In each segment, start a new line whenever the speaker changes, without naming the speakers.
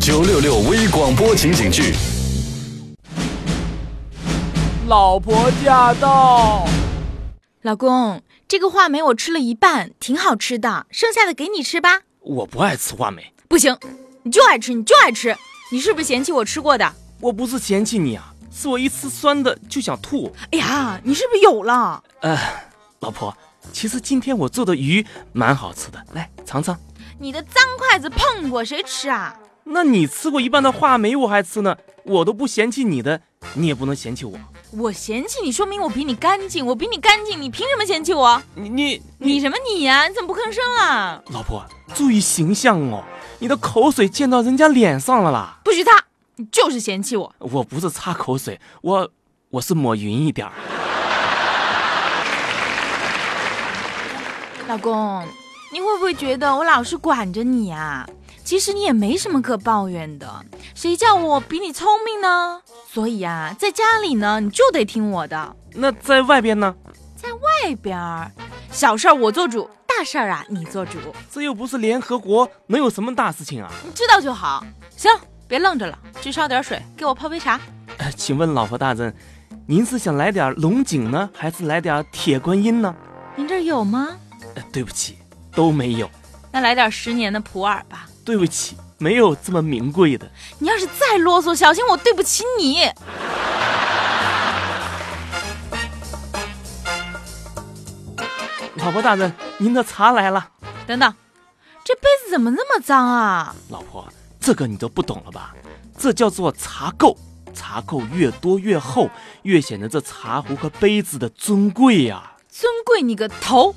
九六六微广播情景剧，
老婆驾到！
老公，这个话梅我吃了一半，挺好吃的，剩下的给你吃吧。
我不爱吃话梅，
不行，你就爱吃，你就爱吃，你是不是嫌弃我吃过的？
我不是嫌弃你啊，是我一吃酸的就想吐。
哎呀，你是不是有了？
呃，老婆，其实今天我做的鱼蛮好吃的，来尝尝。
你的脏筷子碰我，谁吃啊？
那你吃过一半的话梅，我还吃呢，我都不嫌弃你的，你也不能嫌弃我。
我嫌弃你，说明我比你干净，我比你干净，你凭什么嫌弃我？
你你
你什么你呀、你怎么不吭声啊？
老婆注意形象哦，你的口水溅到人家脸上了啦。
不许擦，你就是嫌弃我。
我不是擦口水，我我是抹匀一点儿。
老公，你会不会觉得我老是管着你啊？其实你也没什么可抱怨的，谁叫我比你聪明呢？所以啊，在家里呢，你就得听我的。
那在外边呢？
外边儿，小事儿我做主，大事儿啊你做主，
这又不是联合国，能有什么大事情啊？
你知道就好。行，别愣着了，去烧点水，给我泡杯茶。
呃请问老婆大人，您是想来点龙井呢，还是来点铁观音呢？
您这儿有吗？
呃，对不起，都没有，
那来点十年的普洱吧。
对不起，没有这么名贵的。
你要是再啰嗦，小心我对不起你。
老婆大人，您的茶来了。
等等，这杯子怎么那么脏啊？
老婆，这个你都不懂了吧？这叫做茶垢，茶垢越多越厚，越显得这茶壶和杯子的尊贵呀、
尊贵你个头！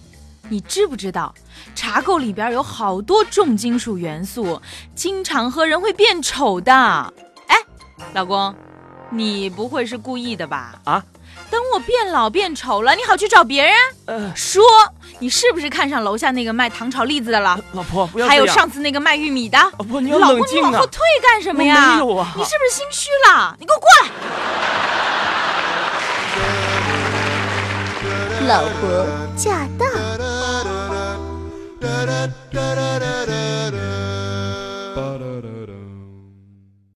你知不知道，茶垢里边有好多重金属元素，经常喝人会变丑的。哎，老公，你不会是故意的吧？
啊，
等我变老变丑了，你好去找别人
呃，
说，你是不是看上楼下那个卖糖炒栗子的了？
老婆不要
还有
这样
上次那个卖玉米的？
老婆你要
老
冷
公，你
静
往
啊
后！退干什么
我
呀？
没有啊
你是不是心虚了？你给我过来！
老婆驾到。